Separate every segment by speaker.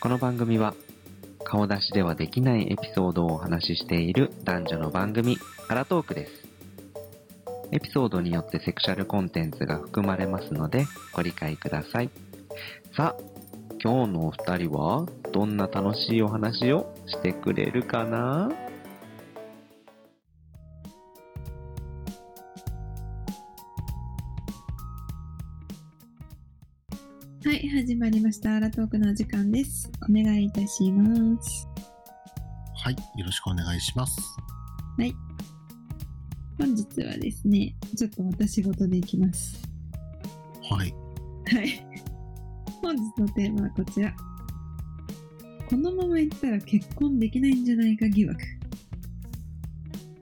Speaker 1: この番組は顔出しではできないエピソードをお話ししている男女の番組アラトークですエピソードによってセクシャルコンテンツが含まれますのでご理解くださいさあ今日のお二人はどんな楽しいお話をしてくれるかな
Speaker 2: はい、始まりました。アラトークのお時間です。お願いいたします。
Speaker 3: はい、よろしくお願いします。
Speaker 2: 本日はですね、ちょっと私事でいきます。
Speaker 3: はい、
Speaker 2: はい。本日のテーマはこちら。このままいったら結婚できないんじゃないか疑惑。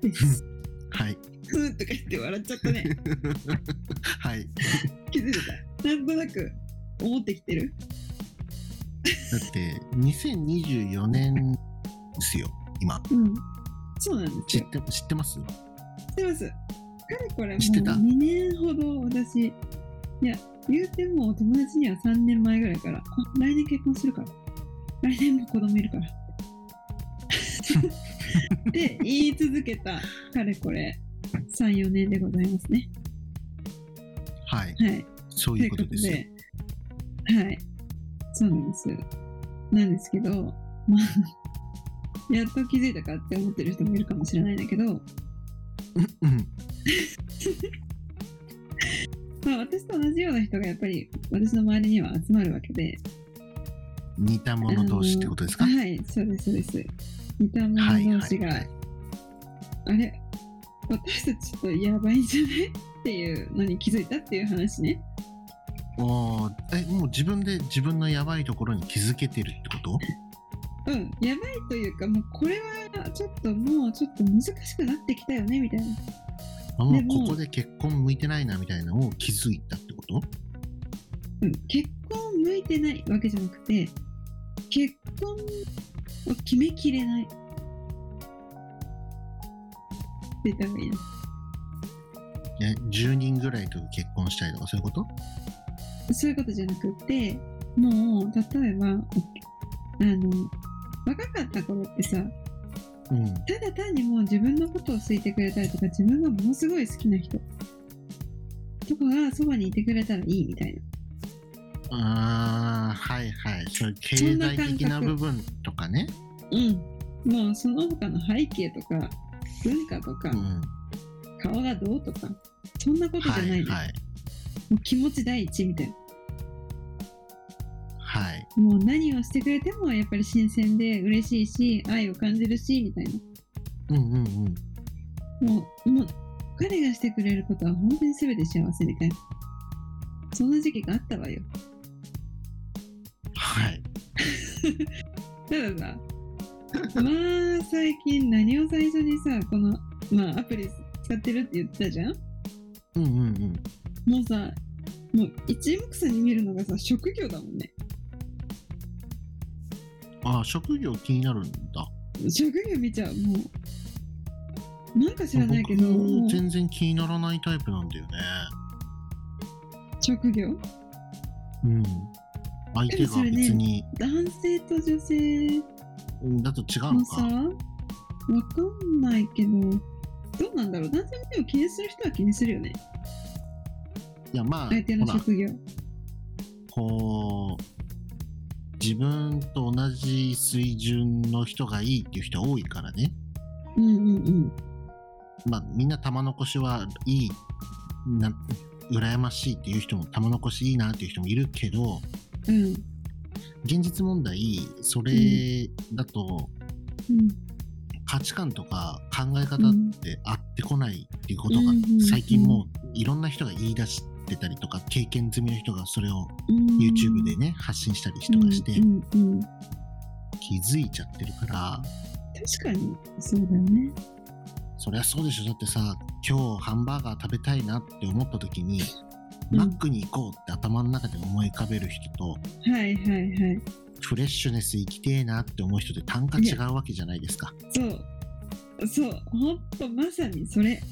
Speaker 2: です。
Speaker 3: はい、
Speaker 2: ふーんとか言って笑っちゃったね。
Speaker 3: はい。
Speaker 2: 気づいた。なんとなく思ってきてる。
Speaker 3: だって2024年ですよ。今
Speaker 2: うん。そうなんです
Speaker 3: 知っ
Speaker 2: よ。
Speaker 3: て知ってます？
Speaker 2: 知ってます。かれこれもう
Speaker 3: 知ってた
Speaker 2: 2年ほど私、いや、言うてもう友達には3年前ぐらいから、あ来年結婚するから、来年も子供いる から。で、言い続けた、かれこれ、3、4年でございますね。
Speaker 3: はい、
Speaker 2: はい。
Speaker 3: そう
Speaker 2: と
Speaker 3: いうことですよ。
Speaker 2: はい。そうなんです。なんですけど、まあ、やっと気づいたかって思ってる人もいるかもしれないんだけど、
Speaker 3: うんうん
Speaker 2: まあ、私と同じような人がやっぱり私の周りには集まるわけで、
Speaker 3: 似た者同士ってことですか？
Speaker 2: はい、そうです、そうです。似た
Speaker 3: はい
Speaker 2: 者同
Speaker 3: は
Speaker 2: 士
Speaker 3: い
Speaker 2: が、
Speaker 3: はい。
Speaker 2: あれ、私たちちょっとやばいんじゃないっていうのに気づいたっていう話ね。
Speaker 3: おーえもう自分で自分のやばいところに気づけてるって こと？
Speaker 2: うん、やばいというか、もうこれはちょっともうちょっと難しくなってきたよねみたいな。
Speaker 3: あも
Speaker 2: で
Speaker 3: う
Speaker 2: も
Speaker 3: ここで結婚向いてないなみたいなのを気づいたってこと？
Speaker 2: うん、結婚向いてないわけじゃなくて、結婚を決めきれない。って言った方がいいな。
Speaker 3: え10人ぐらいと結婚したいとかそういうこと？
Speaker 2: そういうことじゃなくって、もう、例えば、あの、若かった頃ってさ、
Speaker 3: うん
Speaker 2: ただ単にもう自分のことを好いてくれたりとか、自分がものすごい好きな人とかがそばにいてくれたらいいみたいな。。
Speaker 3: ああはいはい。そういう経
Speaker 2: そんな感
Speaker 3: 済
Speaker 2: 覚
Speaker 3: 的な部分とかね。
Speaker 2: うん。もうその他の背景とか、文化とか、
Speaker 3: うん。
Speaker 2: 顔がどうとか、そんなことじゃ
Speaker 3: は
Speaker 2: ない
Speaker 3: い
Speaker 2: の、
Speaker 3: はい
Speaker 2: もう気持ち第一みたいな。
Speaker 3: はい。
Speaker 2: もう何をしてくれてもやっぱり新鮮で嬉しいし、愛を感じるし、みたいな。
Speaker 3: うんうんうん。
Speaker 2: もう、もう、彼がしてくれることは本当に全て幸せみたいな。そんな時期があったわよ。
Speaker 3: はい。
Speaker 2: ただ さ、まあ、最近何を最初にさ、この、まあ、アプリ使ってるって言ってたじゃん
Speaker 3: うんうんうん。
Speaker 2: もうさ、もう一目散に見るのがさ、職業だもんね。
Speaker 3: ああ、職業気になるんだ。
Speaker 2: 職業見ちゃう、もう。なんか知らないけど、
Speaker 3: 僕
Speaker 2: も
Speaker 3: も
Speaker 2: う
Speaker 3: 全然気にならないタイプなんだよね。
Speaker 2: 職業
Speaker 3: うん。相手が別に、
Speaker 2: 男性と女性
Speaker 3: うんだと違うの
Speaker 2: のさ、
Speaker 3: か。
Speaker 2: わかんないけど、どうなんだろう男性もでも気にする人は気にするよね。
Speaker 3: いや、まあ、
Speaker 2: 相手の
Speaker 3: ほら、
Speaker 2: 職業。
Speaker 3: こう、自分と同じ水準の人がいいっていう人多いからね。
Speaker 2: うんうんうん。
Speaker 3: まあ、みんな玉残しはいい、な、羨ましいっていう人も、玉残しいいなっていう人もいるけど、
Speaker 2: うん。
Speaker 3: 現実問題、それだと、
Speaker 2: うん。
Speaker 3: 価値観とか考え方
Speaker 2: うん
Speaker 3: って合ってこないっていうことが
Speaker 2: うんうんうん
Speaker 3: 最近もういろんな人が言い出してたりとか経験済みの人がそれを YouTube でね発信したりとかして
Speaker 2: うんうんうん、確
Speaker 3: 気づいちゃってるから
Speaker 2: かにそうだよね。
Speaker 3: そりゃそうでしょだってさ今日ハンバーガー食べたいなって思った時に
Speaker 2: うん
Speaker 3: マックに行こうって頭の中で思い浮かべる人と
Speaker 2: はいはいはい。
Speaker 3: フレッシュネス行きてえなって思う人で単価違うわけじゃないですか
Speaker 2: そう。そう。ほんとまさにそれ。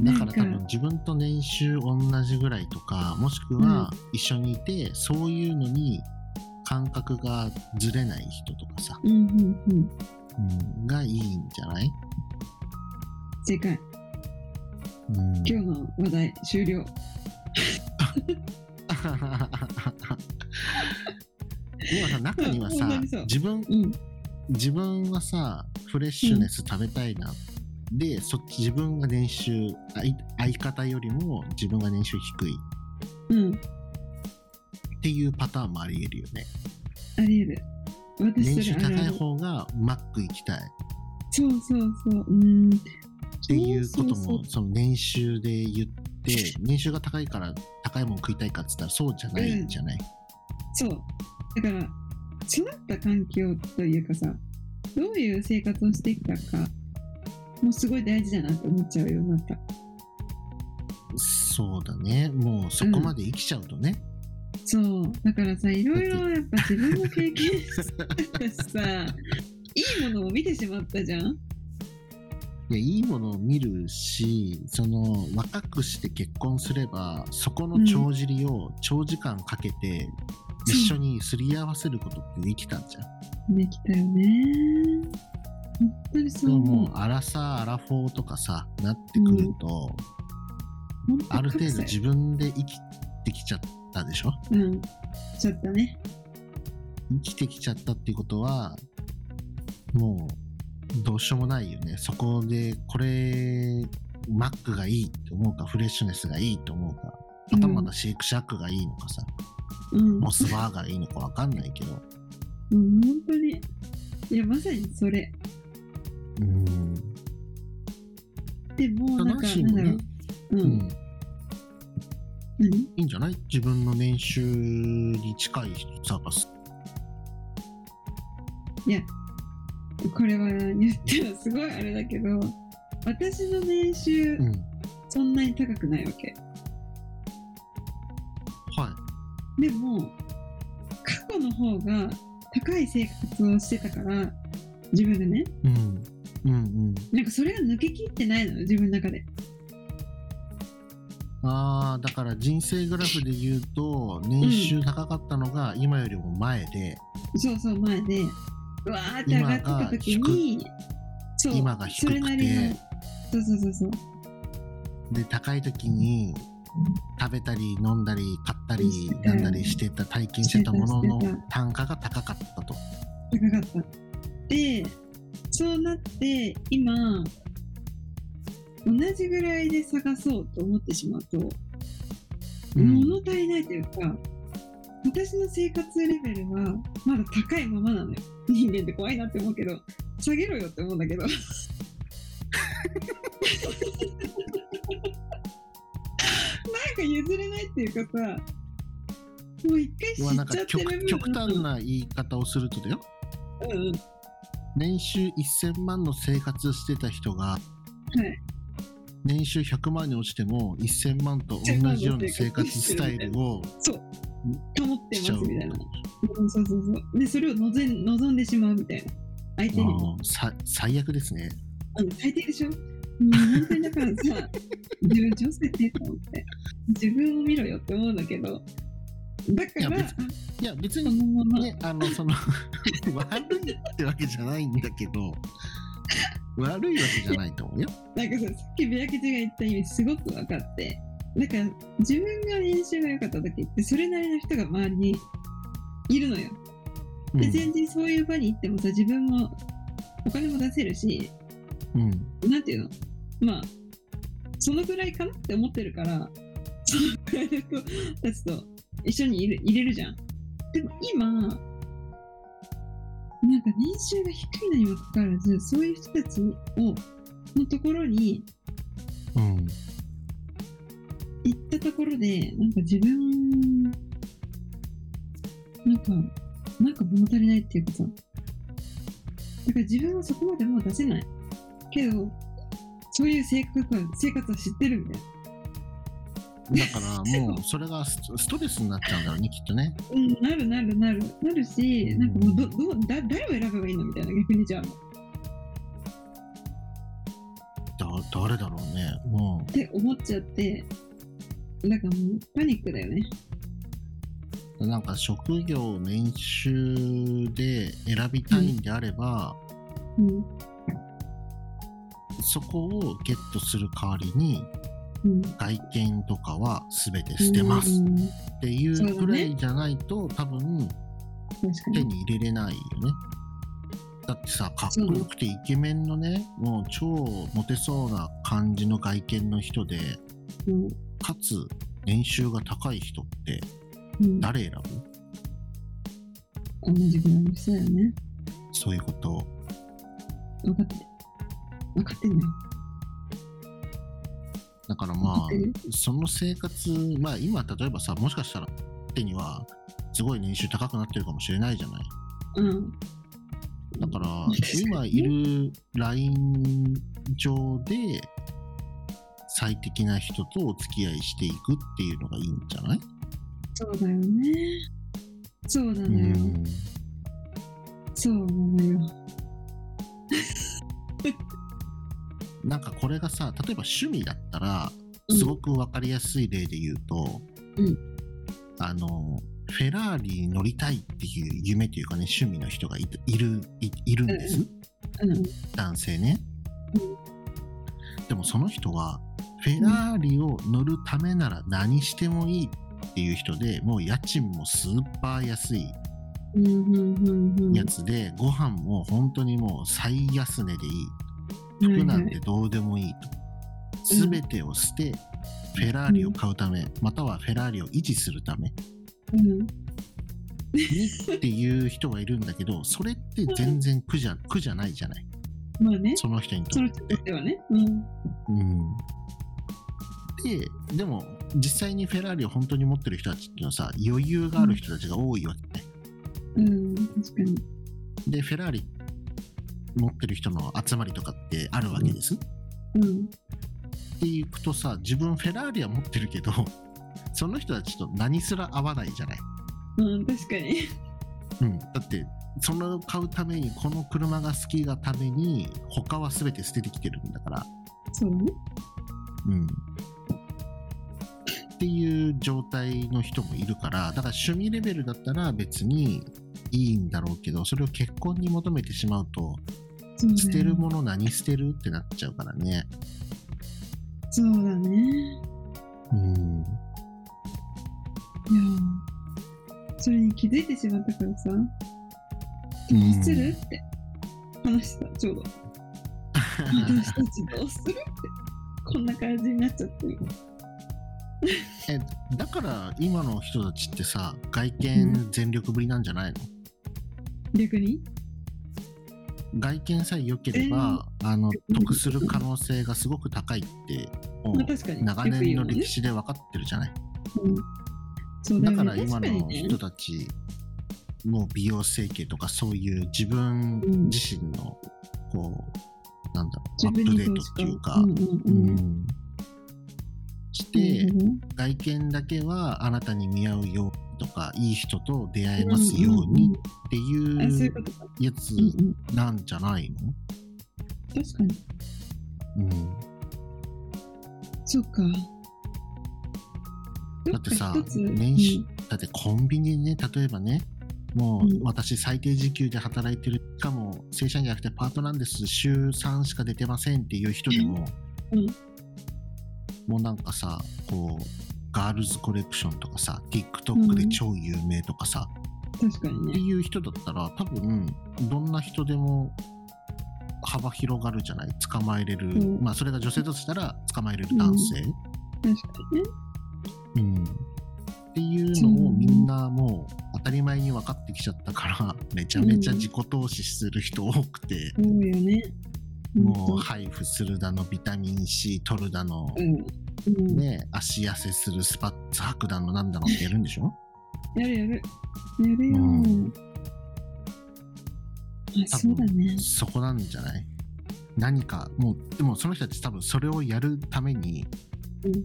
Speaker 3: だから多
Speaker 2: なん
Speaker 3: 分
Speaker 2: か
Speaker 3: 自分と年収同じぐらいとかもしくは一緒にいて、そういうのに感覚がずれない人とかさ、
Speaker 2: うんうんうん。
Speaker 3: うん、がいいんじゃない、
Speaker 2: 正解。
Speaker 3: うん、
Speaker 2: 今日の話題終了。
Speaker 3: でもさ中には
Speaker 2: 本
Speaker 3: さ
Speaker 2: 当に そう
Speaker 3: 自分
Speaker 2: うん。
Speaker 3: 自分はさフレッシュネス食べたいな、でそっち自分が年収あい相方よりも自分が年収低い
Speaker 2: うん。
Speaker 3: っていうパターンもありえるよね
Speaker 2: あり得る。
Speaker 3: 年
Speaker 2: 私
Speaker 3: 収
Speaker 2: それあ
Speaker 3: 高
Speaker 2: るあ
Speaker 3: い
Speaker 2: る。
Speaker 3: 方がマック行きたいっ
Speaker 2: そうそうそう。うん。
Speaker 3: ていうこと
Speaker 2: そうそう
Speaker 3: もその年収で言って年収が高いから高いもん食いたいかっつったらそうじゃないんじゃない、
Speaker 2: そう。だから、育った環境というかさ、どういう生活をしてきたか、もうすごい大事だなって思っちゃうようになった。
Speaker 3: そうだねもうそこまで生きちゃうとね、
Speaker 2: そう。だからさ、いろいろやっぱ自分の経験したし さ、いいものを見てしまったじゃん
Speaker 3: いやいいものを見るしその若くして結婚すればそこの帳尻を長時間かけて
Speaker 2: そう
Speaker 3: 一緒にすり合わせることってできたんじゃん、
Speaker 2: できたよね。本当にそう
Speaker 3: でもも
Speaker 2: 思
Speaker 3: うアラサーアラフォーとかさなってくると、
Speaker 2: う。本当
Speaker 3: ある程
Speaker 2: 格
Speaker 3: 度
Speaker 2: 差
Speaker 3: 自分で生きてきちゃったでしょ
Speaker 2: うん。ちょっとね。
Speaker 3: 生きてきちゃったっていうことはもうどうしようもないよねそこでこれマックがいいと思うかフレッシュネスがいいと思うか
Speaker 2: う
Speaker 3: ま
Speaker 2: ん
Speaker 3: たまたシェイクシャックがいいのかさ、
Speaker 2: うん。
Speaker 3: モスバーガーがいいのかわかんないけど
Speaker 2: うん、本当に。いや、まさにそれ。
Speaker 3: うん
Speaker 2: でも、なん
Speaker 3: 楽
Speaker 2: か、
Speaker 3: しい
Speaker 2: なん
Speaker 3: も
Speaker 2: だろう
Speaker 3: ね。
Speaker 2: う。
Speaker 3: うんん
Speaker 2: 何
Speaker 3: いいんじゃない自分の年収に近い人探す
Speaker 2: いや、これは言ったらすごいあれだけど、私の年収
Speaker 3: う、ん
Speaker 2: そんなに高くないわけ。
Speaker 3: は
Speaker 2: でも、過去の方が高い生活をしてたから、自分でね、
Speaker 3: い、うん、うんうん
Speaker 2: なんかそれが抜けきってないのよ、自分の中で。
Speaker 3: ああだから人生グラフで言うと年収高かったのが今よりも前で、
Speaker 2: そうそう、前で、うわーって上がってた時に、そう、
Speaker 3: 今が低
Speaker 2: そ
Speaker 3: くて
Speaker 2: れなりの、そうそうそうそう、
Speaker 3: で高い時に食べたり飲んだり買ったり
Speaker 2: してた
Speaker 3: なんだりしてた体験してたもの
Speaker 2: してたして
Speaker 3: の単価が高かったと。
Speaker 2: 高かった。で、そうなって、今、同じぐらいで探そうと思ってしまうと、
Speaker 3: うん
Speaker 2: 物足りないというか、私の生活レベルはまだ高いままなのよ。人間って怖いなって思うけど、下げろよって思うんだけ ど。なんか譲れないっていうかさ、もう一回
Speaker 3: うわなんか
Speaker 2: 知っちゃって
Speaker 3: 極
Speaker 2: る分
Speaker 3: 極端な言い方をするとだよ
Speaker 2: うんうん
Speaker 3: 年収1000万の生活してた人が
Speaker 2: はい、
Speaker 3: 年収100万に落ちても1000万と同じような生活スタイルを
Speaker 2: そう、保って
Speaker 3: しちゃ
Speaker 2: ま
Speaker 3: う
Speaker 2: すみたいな。うん、そうそうそう。で、それを望ん望んでしまうみたいな。相手にも。
Speaker 3: あーさ最悪ですね。
Speaker 2: あの最低でしょもう本当にだからさ 自分女性ってと思って自分を見ろよって思うんだけどだか
Speaker 3: いや
Speaker 2: ら
Speaker 3: 別いや別
Speaker 2: こ
Speaker 3: に
Speaker 2: のまま、
Speaker 3: ね、あの、その、 悪いってわけじゃないんだけど、悪いわけじゃないと思うよ。
Speaker 2: なんかささっき部屋吉が言った意味すごく分かってだから自分が練習が良かった時ってそれなりの人が周りにいるのよ
Speaker 3: う
Speaker 2: で
Speaker 3: ん
Speaker 2: 全然そういう場に行ってもさ自分もお金も出せるし
Speaker 3: うん。
Speaker 2: なんていうのまあそのぐらいかなって思ってるからそのぐらいの人たちと一緒にいる入れるじゃんでも今なんか年収が低いのにもかかわらずそういう人たちをのところに
Speaker 3: うん。
Speaker 2: 行ったところでなんか自分なんかなんか物足りないっていうかさだから自分はそこまでもう出せないけどそういう性格は生活は知ってるみたいな
Speaker 3: だからもう、それがスストレスになっちゃうんだろうね、きっとね。
Speaker 2: うん、なるなるなるなるし、なんかもうどどうだ誰を選べばいいのみたいな逆にじゃあっ
Speaker 3: だ誰だろうね。も
Speaker 2: て思っちゃって、なんかもうパニックだよね。
Speaker 3: なんか職業年収で選びたいんであれば、
Speaker 2: うん
Speaker 3: そこをゲットする代わりに
Speaker 2: うん
Speaker 3: 外見とかは全て捨てます
Speaker 2: うん
Speaker 3: っていうくらいじゃないと、多分
Speaker 2: 確か
Speaker 3: 手
Speaker 2: に
Speaker 3: に入れれないよね。だってさかっこよくてイケメンのねもう超モテそうな感じの外見の人で
Speaker 2: うん
Speaker 3: かつ年収が高い人って
Speaker 2: うん
Speaker 3: 誰選ぶ
Speaker 2: 同じぐらいの人だよね
Speaker 3: そういうこと
Speaker 2: 分かって分かってんのよ
Speaker 3: だからまあ
Speaker 2: 分かってる
Speaker 3: その生活まあ今例えばさもしかしたら手にはすごい年収高くなってるかもしれないじゃない
Speaker 2: うん
Speaker 3: だから
Speaker 2: 確か
Speaker 3: 今
Speaker 2: に
Speaker 3: いるライン上で最適な人とお付き合いしていくっていうのがいいんじゃない
Speaker 2: そうだよねそうな
Speaker 3: う
Speaker 2: のよ、そうなのよ
Speaker 3: なんかこれがさ例えば趣味だったらすごく分かりやすい例で言うと、
Speaker 2: うん
Speaker 3: あのフェラーリに乗りたいっていう夢というかね趣味の人がいたいるいいるんです、
Speaker 2: うんうん
Speaker 3: 男性ね、
Speaker 2: うん
Speaker 3: でもその人はフェラーリを乗るためなら何してもいいっていう人でもう家賃もスーパー安い
Speaker 2: うんうんうん
Speaker 3: やつで、ご飯も本当にもう最安値でいい
Speaker 2: はいはい
Speaker 3: 服なんてどうでもいいと、
Speaker 2: うん
Speaker 3: 全てを捨てフェラーリを買うため、またはフェラーリを維持するた め
Speaker 2: うん
Speaker 3: にっていう人がいるんだけどそれって全然苦じゃ苦じゃないじゃない
Speaker 2: まあね
Speaker 3: その人にと
Speaker 2: そ
Speaker 3: っ
Speaker 2: の
Speaker 3: て。
Speaker 2: 人としてはねうん
Speaker 3: うんででも実際にフェラーリを本当に持ってる人たちっていうのはさ余裕がある人たちが多いわけね。
Speaker 2: うん確かに
Speaker 3: でフェラーリ持ってる人の集まりとかってあるわけです。
Speaker 2: うん
Speaker 3: っていくとさ自分フェラーリは持ってるけどその人たちと何すら合わないじゃない、
Speaker 2: うん確かに
Speaker 3: うん、だってそれを買うためにこの車が好きがために他は全て捨ててきてるんだから、
Speaker 2: そうね
Speaker 3: うん、っていう状態の人もいるからだから趣味レベルだったら別にいいんだろうけどそれを結婚に求めてしまうと
Speaker 2: そうだよね
Speaker 3: 捨てるもの何捨てるってなっちゃうからね。
Speaker 2: そうだね
Speaker 3: うん
Speaker 2: いやーそれに気づいてしまったからさどうするって話したちょうど私たちどうするってこんな感じになっちゃってる
Speaker 3: え だから今の人たちってさ外見全力ぶりなんじゃないの、
Speaker 2: 逆に
Speaker 3: 外見さえ良ければ、あの得する可能性がすごく高いっても
Speaker 2: まあ
Speaker 3: う
Speaker 2: 確かに
Speaker 3: 長
Speaker 2: 逆
Speaker 3: 年
Speaker 2: 言
Speaker 3: の
Speaker 2: うね
Speaker 3: 歴史で分かってるじゃない
Speaker 2: うんそうだ
Speaker 3: だ
Speaker 2: よ
Speaker 3: から
Speaker 2: ね
Speaker 3: 今
Speaker 2: 確かに
Speaker 3: の
Speaker 2: ね
Speaker 3: 人たちもう美容整形とかそういう自分
Speaker 2: うん
Speaker 3: 自身のこうなんだろうア
Speaker 2: 自分
Speaker 3: ップ
Speaker 2: に
Speaker 3: デー
Speaker 2: 投
Speaker 3: ト
Speaker 2: 資
Speaker 3: って
Speaker 2: 家
Speaker 3: いうか、
Speaker 2: うんうんうん
Speaker 3: うんして外見だけはあなたに似合うよとかいい人と出会えますようにって
Speaker 2: うんあそう
Speaker 3: い
Speaker 2: いう
Speaker 3: う
Speaker 2: ことか、
Speaker 3: やつ
Speaker 2: うんうん、
Speaker 3: なんじゃない
Speaker 2: 確かに
Speaker 3: の、うん、
Speaker 2: そうか
Speaker 3: だってさ
Speaker 2: どっか一つ
Speaker 3: 年収、だってコンビニね例えばねも
Speaker 2: うん
Speaker 3: う私最低時給で働いてるしかも正社員じゃなくてパートなんです週3しか出てませんっていう人でも、
Speaker 2: うん
Speaker 3: もうなんかさこうガールズコレクションとかさ TikTok で超有名とかさ、
Speaker 2: うん確かに
Speaker 3: っ
Speaker 2: ね
Speaker 3: ていう人だったら多分どんな人でも幅広がるじゃない捕まえれる、
Speaker 2: うん
Speaker 3: まあそれが女性だとしたら捕まえれる男性、
Speaker 2: 確かにね
Speaker 3: うんっていうのをみんなもう当たり前に分かってきちゃった からめちゃめちゃ自己投資する人多くて、
Speaker 2: 多いよね
Speaker 3: もう配布するだのビタミン C 取るだの、
Speaker 2: うんうん、
Speaker 3: ね足痩せするスパッツ履くだのなんだのってやるんでしょ
Speaker 2: やるやるやるよ、
Speaker 3: うん
Speaker 2: あそうだね
Speaker 3: そこなんじゃない何かもうでもその人たち多分それをやるために、
Speaker 2: うん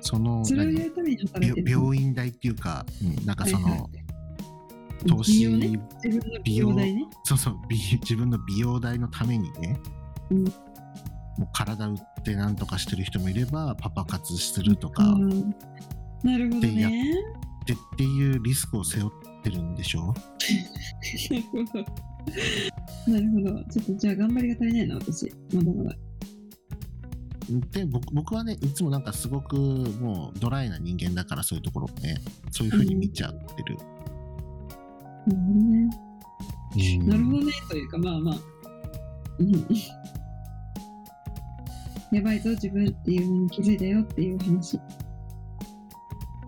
Speaker 3: その
Speaker 2: それを
Speaker 3: 何
Speaker 2: やるために働いてる
Speaker 3: 病病院代っていうか、うんなんかそ
Speaker 2: はいは
Speaker 3: の
Speaker 2: い
Speaker 3: 投
Speaker 2: 美
Speaker 3: 資、
Speaker 2: 容ね自分の美容代ね
Speaker 3: そうそう美自分の美容代のためにね、
Speaker 2: うん
Speaker 3: もう体打って何とかしてる人もいればパパ活するとか
Speaker 2: うんなるほど
Speaker 3: でや
Speaker 2: ね
Speaker 3: ってっていうリスクを背負ってるんでしょ
Speaker 2: なるほど。 なるほど。ちょっとじゃあ頑張りが足りないな、私。まだまだ。
Speaker 3: で僕僕はねいつもなんかすごくもうドライな人間だからそういうところをねそういうふうに見ちゃってる、
Speaker 2: なるほどね。
Speaker 3: うん
Speaker 2: なるほどね、というか、まあまあ。うん。 やばいぞ、自分っていうのに気づいたよっていう話。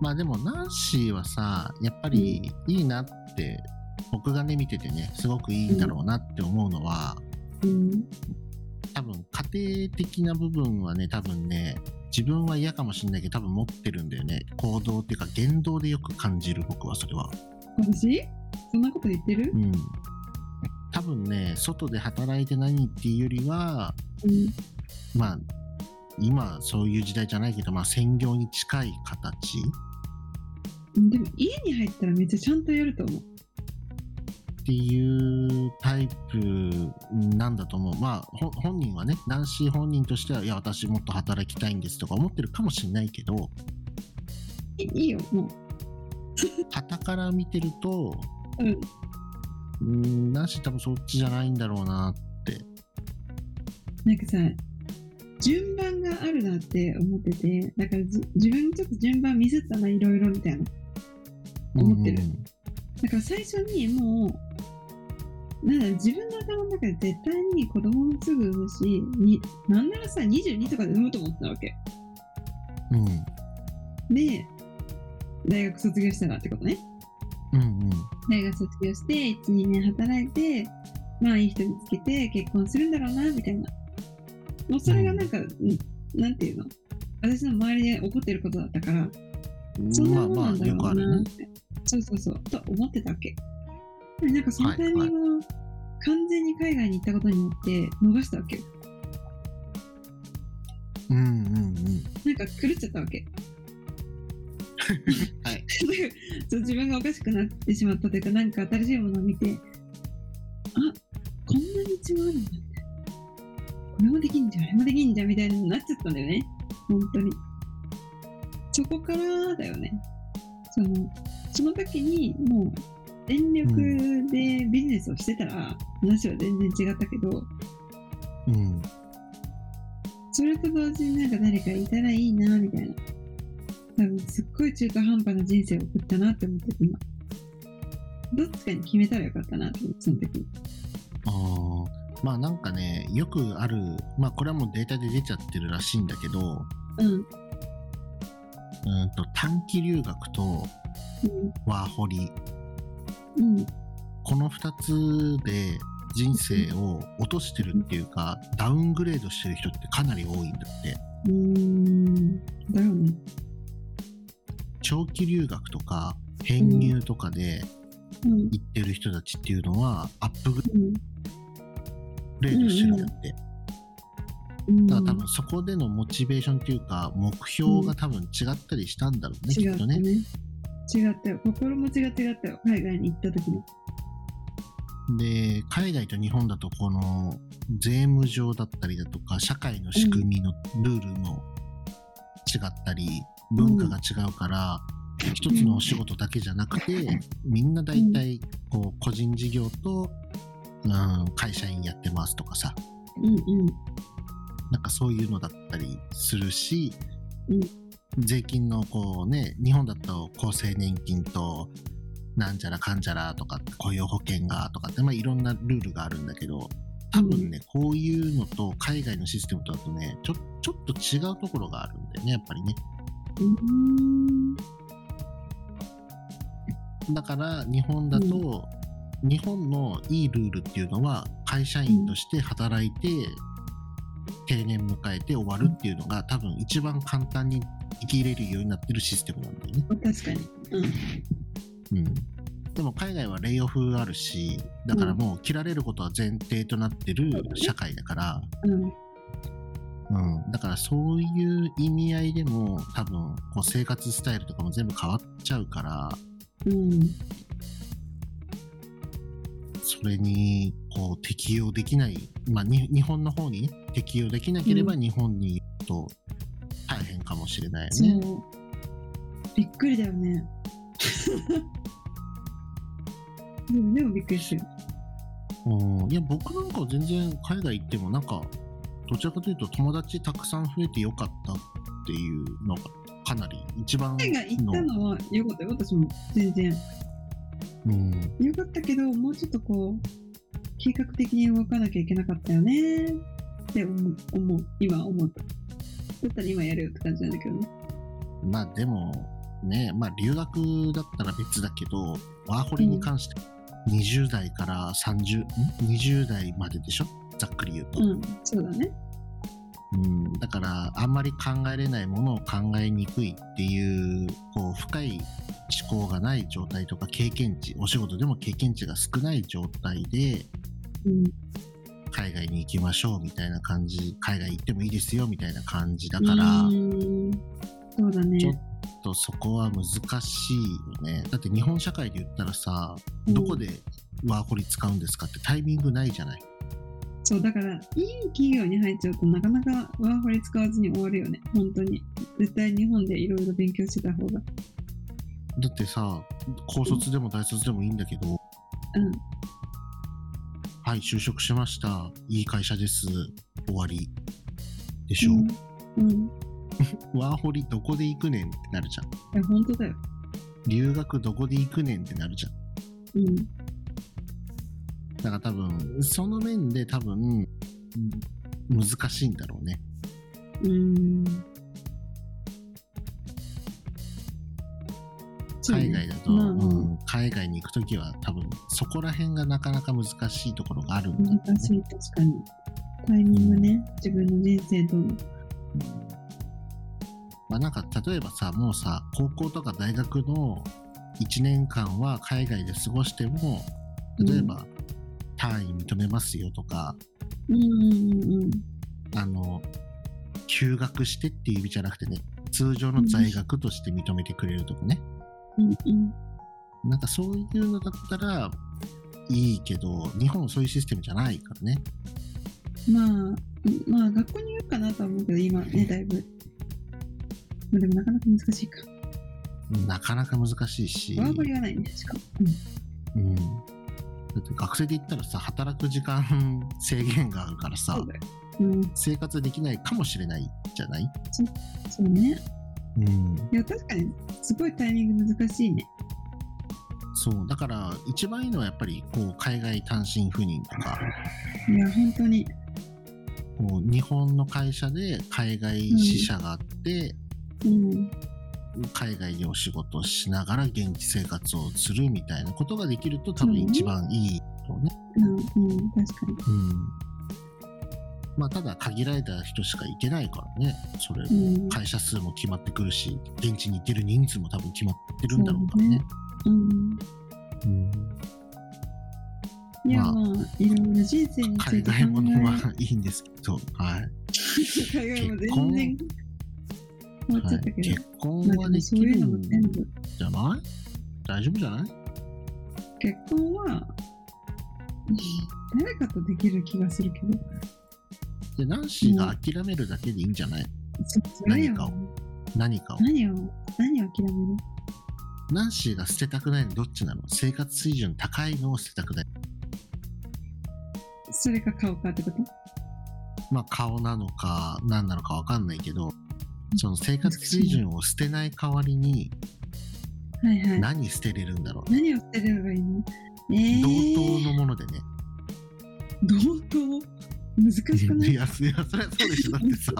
Speaker 3: まあでもナンシーはさやっぱりいいなって僕がね見ててねすごくいいんだろうなって思うのは
Speaker 2: うん。
Speaker 3: 多分家庭的な部分はね多分ね自分は嫌かもしんないけど多分持ってるんだよね行動っていうか言動でよく感じる僕はそれは
Speaker 2: 私そんなこと言ってる
Speaker 3: うん多分ね外で働いて何っていうよりは
Speaker 2: うん。
Speaker 3: まあ今そういう時代じゃないけど、まあ、専業に近い形
Speaker 2: でも、家に入ったらめっちゃちゃんとやると思う。
Speaker 3: っていうタイプなんだと思うまあほ本人はねナンシー本人としてはいや私もっと働きたいんですとか思ってるかもしれないけど
Speaker 2: いいいよ、もう。
Speaker 3: 傍から見てると
Speaker 2: うん。
Speaker 3: うんナンシー多分そっちじゃないんだろうな
Speaker 2: なんかさ、順番があるなって思ってて、だからじ自分ちょっと順番ミスったな、いろいろみたいな。思ってる
Speaker 3: うん
Speaker 2: だから最初にもう、なんだろう自分の頭の中で絶対に子供もすぐ産むし、になんならさ、22とかで産むと思ってたわけ。
Speaker 3: うん
Speaker 2: で、大学卒業したらってことね。
Speaker 3: うんうん
Speaker 2: 大学卒業して、1、2年働いて、まあいい人見つけて結婚するんだろうな、みたいな。もうそれがなんか、うんなんていうの私の周りで起こってることだったから、そんなもんなんだろうなって。そうそうそう。と思ってたわけ。でなんかそのタイミングを完全に海外に行ったことによって逃したわけよ。
Speaker 3: うんうんうん
Speaker 2: なんか狂っちゃったわけ。
Speaker 3: はい
Speaker 2: そう自分がおかしくなってしまったというか、なんか新しいものを見て、あこんな道もあるんだみたいな。これもできんじゃん、あれもできんじゃんみたいになっちゃったんだよね。本当に。そこからだよね。その、その時にもう全力でビジネスをしてたら話は全然違ったけど、
Speaker 3: うん
Speaker 2: それと同時になんか誰かいたらいいなみたいな多分すっごい中途半端な人生を送ったなって思ってて今どっちかに決めたらよかったなって思ってその時
Speaker 3: あーまあなんかねよくあるまあこれはもうデータで出ちゃってるらしいんだけどう
Speaker 2: うん
Speaker 3: ーんと短期留学とワーホリ
Speaker 2: うんうん
Speaker 3: この2つで人生を落としてるっていうかダウングレードしてる人ってかなり多いんだって
Speaker 2: うーんだよね
Speaker 3: 長期留学とか編入とかで
Speaker 2: うん
Speaker 3: 行ってる人たちっていうのはアップグ
Speaker 2: うん
Speaker 3: レードしてるんだって
Speaker 2: うん
Speaker 3: だから多分そこでのモチベーションっていうか目標が多分違ったりしたんだろうねき
Speaker 2: 違
Speaker 3: っ
Speaker 2: った
Speaker 3: と
Speaker 2: ね
Speaker 3: ね
Speaker 2: 違ったよ心持ちが違ったよ海外に行った時の
Speaker 3: で海外と日本だとこの税務上だったりだとか社会の仕組みのルールも違ったり、文化が違うから、一つのお仕事だけじゃなくて、みんな大体こう個人事業と、うん、会社員やってますとかさ
Speaker 2: うんうん
Speaker 3: なんかそういうのだったりするし、
Speaker 2: うん
Speaker 3: 税金のこうね日本だと厚生年金となんちゃらかんちゃらとか雇用保険がとかって、まあ、いろんなルールがあるんだけど多分ね、こういうのと海外のシステムとだとねちょちょっと違うところがあるんだよねやっぱりね
Speaker 2: うーん
Speaker 3: だから日本だと、日本のいいルールっていうのは会社員として働いて、定年迎えて終わるっていうのが多分一番簡単に生き入れるようになってるシステムなんだよね。
Speaker 2: 確かにうん
Speaker 3: うんでも海外はレイオフあるしだからもう切られることは前提となってる社会だから、
Speaker 2: うん
Speaker 3: うん、だからそういう意味合いでも多分こう生活スタイルとかも全部変わっちゃうから、
Speaker 2: うん
Speaker 3: それにこう適用できない、まあ、に日本の方にね適用できなければ
Speaker 2: う
Speaker 3: 日本にいると大変かもしれないよ
Speaker 2: そ
Speaker 3: ね。
Speaker 2: うびっくりだよねでもでもびっくりしてる。
Speaker 3: うんいや僕なんかは全然海外行ってもなんかどちらかというと友達たくさん増えてよかったっていうのがかなり一番
Speaker 2: 海外行ったのは良かったよ、私も。全然。
Speaker 3: うん、
Speaker 2: 良かったけど、もうちょっとこう、計画的に動かなきゃいけなかったよねって思う、思う今思った。だったら今やるよって感じなんだけどね。
Speaker 3: まあでもねまあ留学だったら別だけどワーホリに関して20代から30ん20代まででしょざっくり言うと、
Speaker 2: うん、そうだね。
Speaker 3: うんだからあんまり考えれないものを考えにくいっていうこう深い思考がない状態とか経験値お仕事でも経験値が少ない状態で
Speaker 2: うん。
Speaker 3: 海外に行きましょうみたいな感じ海外行ってもいいですよみたいな感じだから、
Speaker 2: うーんそうだ
Speaker 3: ちょ
Speaker 2: ね
Speaker 3: っ。とそこは難しいよねだって日本社会で言ったらさ
Speaker 2: うん
Speaker 3: どこでワーホリ使うんですかってタイミングないじゃない
Speaker 2: そう、だから、いい企業に入っちゃうとなかなかワーホリ使わずに終わるよね。本当に。絶対日本でいろいろ勉強してた方が。
Speaker 3: だってさ高卒でも大卒でもいいんだけど、
Speaker 2: うん。
Speaker 3: はい、就職しました。いい会社です。終わり。でしょ、
Speaker 2: うん。うん。い
Speaker 3: ワーホリどこで行くねんってなるじゃん。
Speaker 2: や、本当だよ。
Speaker 3: 留学どこで行くねんってなるじゃん。
Speaker 2: うん。
Speaker 3: だから多分、その面で多分、うん難しいんだろうね。
Speaker 2: うーん。そうね
Speaker 3: 海外だと、
Speaker 2: まあまあ
Speaker 3: うん海外に行くときは多分、そこら辺がなかなか難しいところがあるんだろう
Speaker 2: 難しい、確かに。タイミングね、自分の人生との。
Speaker 3: まあなんか例えばさもうさ高校とか大学の1年間は海外で過ごしても例えば、単位認めますよとか
Speaker 2: うんうんうん。
Speaker 3: あの休学してっていう意味じゃなくてね通常の在学として認めてくれるとかね、
Speaker 2: うんうん。
Speaker 3: なんかそういうのだったらいいけど日本はそういうシステムじゃないからね
Speaker 2: まあ、まあ、学校によるかなとは思うけど、今ね、だいぶ。まあ、でもなかなか難しいか。
Speaker 3: なかなか難しいし、
Speaker 2: ワーホリはないね、しかも。
Speaker 3: うん、だって学生で言ったらさ働く時間 制限があるからさ、
Speaker 2: そうだよ。うん、
Speaker 3: 生活できないかもしれないじゃない、
Speaker 2: そうね。
Speaker 3: うん、
Speaker 2: いや、確かに、すごいタイミング難しいね。
Speaker 3: そうだから一番いいのはやっぱりこう海外単身赴任とか
Speaker 2: いや、本当に。
Speaker 3: こう日本の会社で海外支社があって、
Speaker 2: うん。
Speaker 3: 海外でお仕事をしながら現地生活をするみたいなことができると多分一番いいとね、
Speaker 2: うん、うん、確かに。
Speaker 3: うんまあただ限られた人しか行けないからねそれ
Speaker 2: うん
Speaker 3: 会社数も決まってくるし現地に行ける人数も多分決まってるんだろうからね
Speaker 2: うん。
Speaker 3: うん
Speaker 2: いや、
Speaker 3: まあ
Speaker 2: まあ、いろいろ人生につ
Speaker 3: 海
Speaker 2: いて考
Speaker 3: 外もの
Speaker 2: え
Speaker 3: はいいんですけど、はい、
Speaker 2: 海外も全然変わっちゃ
Speaker 3: は
Speaker 2: った
Speaker 3: い、
Speaker 2: けど
Speaker 3: 結。婚
Speaker 2: まあで
Speaker 3: はで
Speaker 2: もそ
Speaker 3: き
Speaker 2: うい
Speaker 3: る
Speaker 2: うのも
Speaker 3: ん
Speaker 2: 全部。
Speaker 3: じゃない大丈夫じゃない
Speaker 2: 結婚は、誰かとできる気がするけど。
Speaker 3: でナンシーが諦めるだけでいいんじゃない、
Speaker 2: そそれや
Speaker 3: 何かを何かを
Speaker 2: 何を、何を諦める
Speaker 3: ナンシーが捨てたくないのどっちなの生活水準高いのを捨てたくない
Speaker 2: それか買うかってこと
Speaker 3: まあ顔なのか何なのか分かんないけどその生活水準を捨てない代わりに
Speaker 2: はいはい。
Speaker 3: 何捨てれるんだろう、
Speaker 2: 何を捨てればいいのえー、
Speaker 3: 同等のものでね、
Speaker 2: 同等難しくない
Speaker 3: いやいやそれはそうでしょだってさ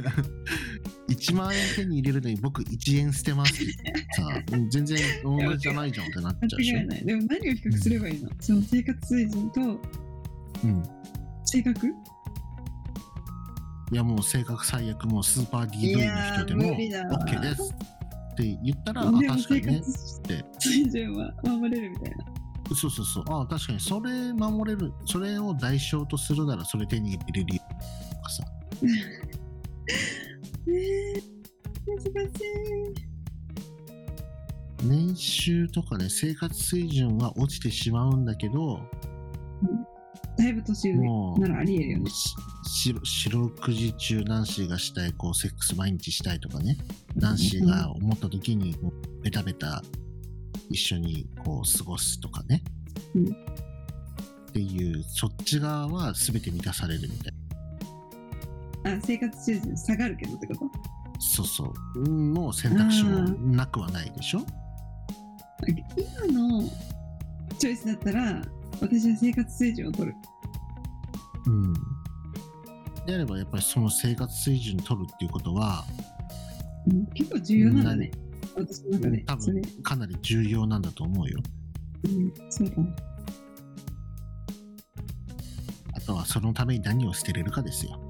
Speaker 3: 1万円手に入れるのに僕1円捨てますってさ全然同じじゃないじゃんってなっちゃうでしょ
Speaker 2: 間違いない。でも何を比較すればいいのその生活水準と
Speaker 3: うん
Speaker 2: 性格
Speaker 3: いやもう性格最悪もうスーパー
Speaker 2: い
Speaker 3: DV の
Speaker 2: やー
Speaker 3: 人で
Speaker 2: 無
Speaker 3: も
Speaker 2: 理だわ
Speaker 3: OK ですって言ったらあ
Speaker 2: でも
Speaker 3: 確か
Speaker 2: 生
Speaker 3: にね
Speaker 2: 活
Speaker 3: て
Speaker 2: 水準は守れるみたいな。
Speaker 3: そうそうそうあ確かにそれ守れるそれを代償とするならそれ手に入れる理由とかさ
Speaker 2: えー、難しい。
Speaker 3: 年収とかね生活水準は落ちてしまうんだけど
Speaker 2: だいぶ年上
Speaker 3: も
Speaker 2: ならありえるよ
Speaker 3: う
Speaker 2: ね。
Speaker 3: し四六四六時中ナンシーがしたいこうセックス毎日したいとかねナンシーが思った時にこうベタベタ一緒にこう過ごすとかね、
Speaker 2: うん
Speaker 3: っていうそっち側は全て満たされるみたい
Speaker 2: あ生活水準下がるけどってこと
Speaker 3: そうそうの選択肢もなくはないでしょ
Speaker 2: 今のチョイスだったら私は生活水準を取る
Speaker 3: うんであればやっぱりその生活水準取るっていうことは
Speaker 2: うん結構重要なんだね、私の中で
Speaker 3: 多
Speaker 2: それ
Speaker 3: 分、かなり重要なんだと思うよ
Speaker 2: うん、そうだ
Speaker 3: あとはそのために何を捨てれるかですよ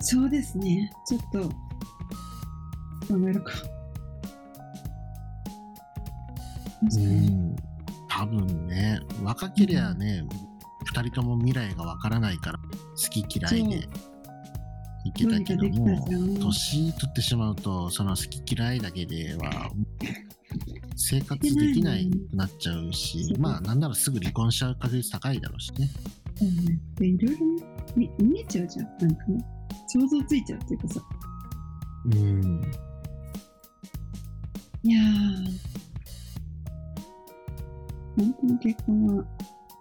Speaker 2: そうですねちょっと考えるか
Speaker 3: うん多分ね若けりゃね、二人とも未来がわからないから好き嫌いでいけ
Speaker 2: どう
Speaker 3: た
Speaker 2: に
Speaker 3: け
Speaker 2: か
Speaker 3: ど
Speaker 2: できた
Speaker 3: も
Speaker 2: じゃん
Speaker 3: 年取ってしまうとその好き嫌いだけでは生活できないくなっちゃうし
Speaker 2: うん
Speaker 3: まあなんならすぐ離婚しちゃう確率高いだろうしね
Speaker 2: うんでいろいろねみ見えちゃうじゃんなんかね想像ついちゃうっていうかさ
Speaker 3: うん
Speaker 2: いやー本当に結婚は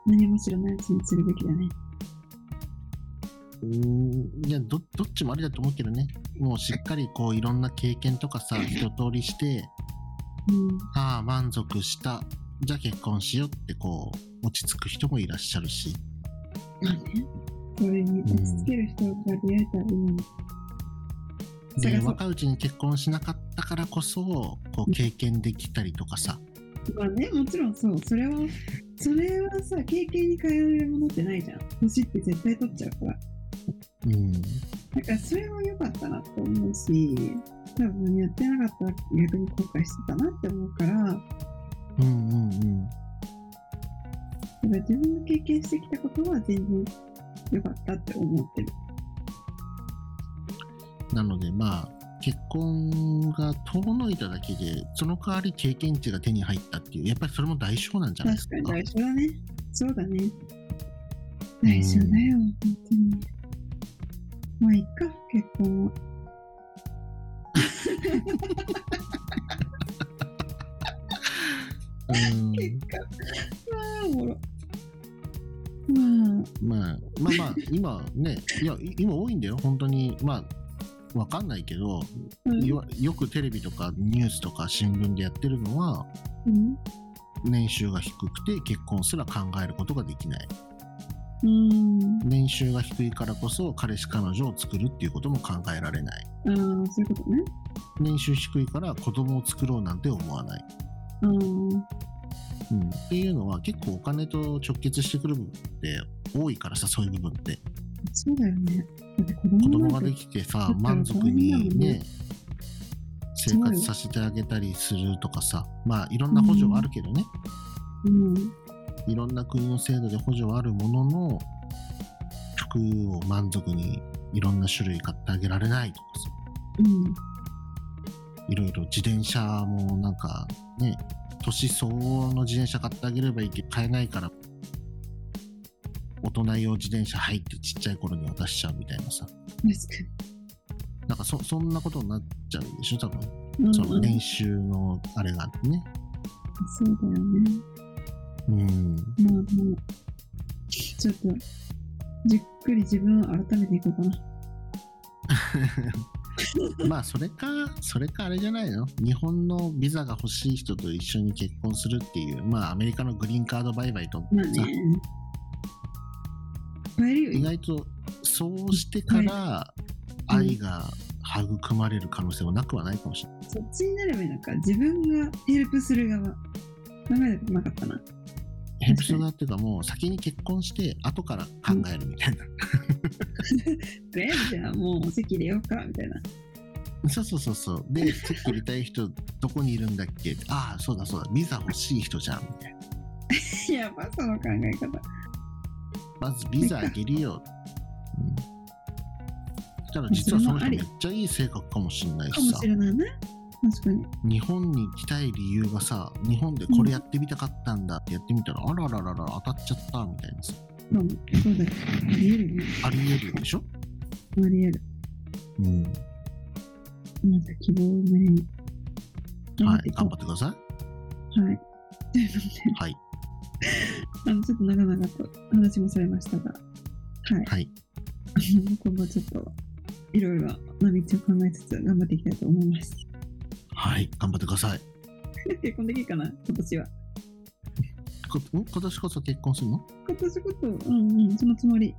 Speaker 2: 何も知らないうちにするべきだね
Speaker 3: いやどどっちもありだと思うけどねもうしっかりこういろんな経験とかさ一通りして
Speaker 2: うん
Speaker 3: ああ満足したじゃあ結婚しようってこう落ち着く人もいらっしゃるし
Speaker 2: まあね、それに落ち着ける人が出会えたらいいのに。
Speaker 3: で
Speaker 2: 探そう
Speaker 3: 若いうちに結婚しなかったからこそこう経験できたりとかさ
Speaker 2: まあね、もちろんそう。それは、それはさ、経験に変えられるものってないじゃん。年って絶対取っちゃうから。
Speaker 3: うん
Speaker 2: だからそれは良かったなと思うし、多分やってなかったら逆に後悔してたなって思うから、
Speaker 3: うんうんうん
Speaker 2: だから自分の経験してきたことは全然良かったって思ってる。
Speaker 3: なのでまあ結婚が遠のいただけでその代わり経験値が手に入ったっていうやっぱりそれも代償なんじゃないです
Speaker 2: 確
Speaker 3: か
Speaker 2: かに大事だね。そうだね。大事だよ、本当に。まあ、いっか、結婚は。
Speaker 3: うん
Speaker 2: 結果。まあ、おもろ。まあ、
Speaker 3: まあ、まあまあ今ねいやい今多いんだよ本当にまあわかんないけど、
Speaker 2: うん
Speaker 3: いわよくテレビとかニュースとか新聞でやってるのは
Speaker 2: うん
Speaker 3: 年収が低くて結婚すら考えることができない
Speaker 2: うん。
Speaker 3: 年収が低いからこそ彼氏彼女を作るっていうことも考えられない
Speaker 2: ああ、そういうことね。
Speaker 3: 年収低いから子供を作ろうなんて思わない、
Speaker 2: ああ、
Speaker 3: うん、っていうのは結構お金と直結してくる部分って多いからさそういう部分って
Speaker 2: そうだよね。だって子
Speaker 3: 子
Speaker 2: 供
Speaker 3: 供
Speaker 2: な
Speaker 3: が
Speaker 2: んて
Speaker 3: できて
Speaker 2: だ
Speaker 3: さ
Speaker 2: ったら
Speaker 3: 満足に
Speaker 2: 大
Speaker 3: ね生
Speaker 2: 変だもんね
Speaker 3: 活させてあげたりするとかさまあいろんな補助はあるけどね、
Speaker 2: うん。
Speaker 3: いろんな国の制度で補助はあるものの服を満足にいろんな種類買ってあげられないとかさ
Speaker 2: うん。
Speaker 3: いろいろ自転車もなんかね年相応の自転車買ってあげればいいけど買えないから大人用自転車入ってちっちゃい頃に渡しちゃうみたいなさ
Speaker 2: 確
Speaker 3: なんかそそんなことになっちゃうでしょ多分
Speaker 2: かに。
Speaker 3: そ
Speaker 2: うん
Speaker 3: の
Speaker 2: うん
Speaker 3: 練習のあれがね
Speaker 2: そうだよね。
Speaker 3: うん
Speaker 2: まあ、もう、ちょっと、じっくり自分を改めていこうかな。
Speaker 3: まあそれかそれかあれじゃないの日本のビザが欲しい人と一緒に結婚するっていうまあアメリカのグリーンカード売買とさ、
Speaker 2: まあね。帰りよ、
Speaker 3: 意外とそうしてから
Speaker 2: うん
Speaker 3: 愛が育まれる可能性はなくはないかもしれない。
Speaker 2: そっちになればいいのか。自分がヘルプする側。考えたことなかったな。
Speaker 3: ヘルプする側っていうかもう先に結婚して後から考えるみたいな。
Speaker 2: とりあえずじゃあもう席入れようかみたいな。
Speaker 3: そうそうそうそう。で、席入れたい人どこにいるんだっけああ、そうだそうだ。ビザ欲しい人じゃんみたいな。
Speaker 2: やばその考え方。
Speaker 3: まずビザあげるよ。うんそしたら実はその人めっちゃいい性格かもしれない
Speaker 2: か
Speaker 3: し
Speaker 2: も
Speaker 3: さ
Speaker 2: しれないね。確かに。
Speaker 3: 日本に来たい理由がさ日本でこれやってみたかったんだってやってみたら、あらららら当たっちゃったみたいなさ
Speaker 2: そうそうだよ。ありえるね。
Speaker 3: ありえるでしょ、
Speaker 2: ありえる。
Speaker 3: うん
Speaker 2: また希望を胸に。
Speaker 3: はい、
Speaker 2: ていこ
Speaker 3: 頑張
Speaker 2: う
Speaker 3: ってください。
Speaker 2: はい。というので
Speaker 3: はい。
Speaker 2: あのちょっと長々と話もされましたが、はい。
Speaker 3: はい。
Speaker 2: あの今後ちょっといろいろな道を考えつつ頑張っていきたいと思います。
Speaker 3: はい。頑張ってください。
Speaker 2: 結婚できるかな今年は。
Speaker 3: こん今年こそ結婚するの
Speaker 2: 今年こそ、うんうん、そのつもり。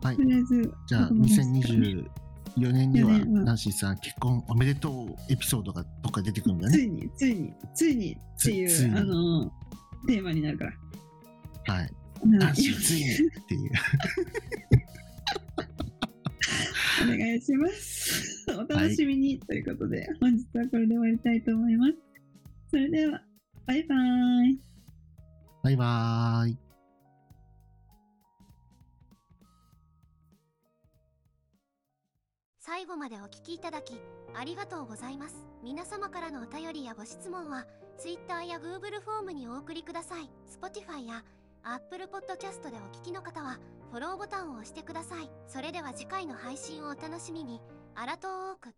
Speaker 3: あはい
Speaker 2: と。りあえず、
Speaker 3: じゃ
Speaker 2: こ
Speaker 3: あ、
Speaker 2: こまでですかね
Speaker 3: 2024年には
Speaker 2: 四年は、
Speaker 3: ナンシーさん、結婚おめでとうエピソードがどっか出てくるんだよ
Speaker 2: つ
Speaker 3: ね。
Speaker 2: いに、ついに、ついにってい、
Speaker 3: つついうに
Speaker 2: あの、テーマになるから。
Speaker 3: はい。
Speaker 2: うん
Speaker 3: ナンシー、ついにっていう。
Speaker 2: お願いします。お楽しみに、ということで、本日はこれで終わりたいと思います。それでは、バイバーイ。
Speaker 3: バイバーイ。
Speaker 4: 最後までお聞きいただきありがとうございます皆様からのお便りやご質問は Twitter や Google フォームにお送りください Spotify や Apple Podcast でお聞きの方はフォローボタンを押してくださいそれでは次回の配信をお楽しみにアラトーーク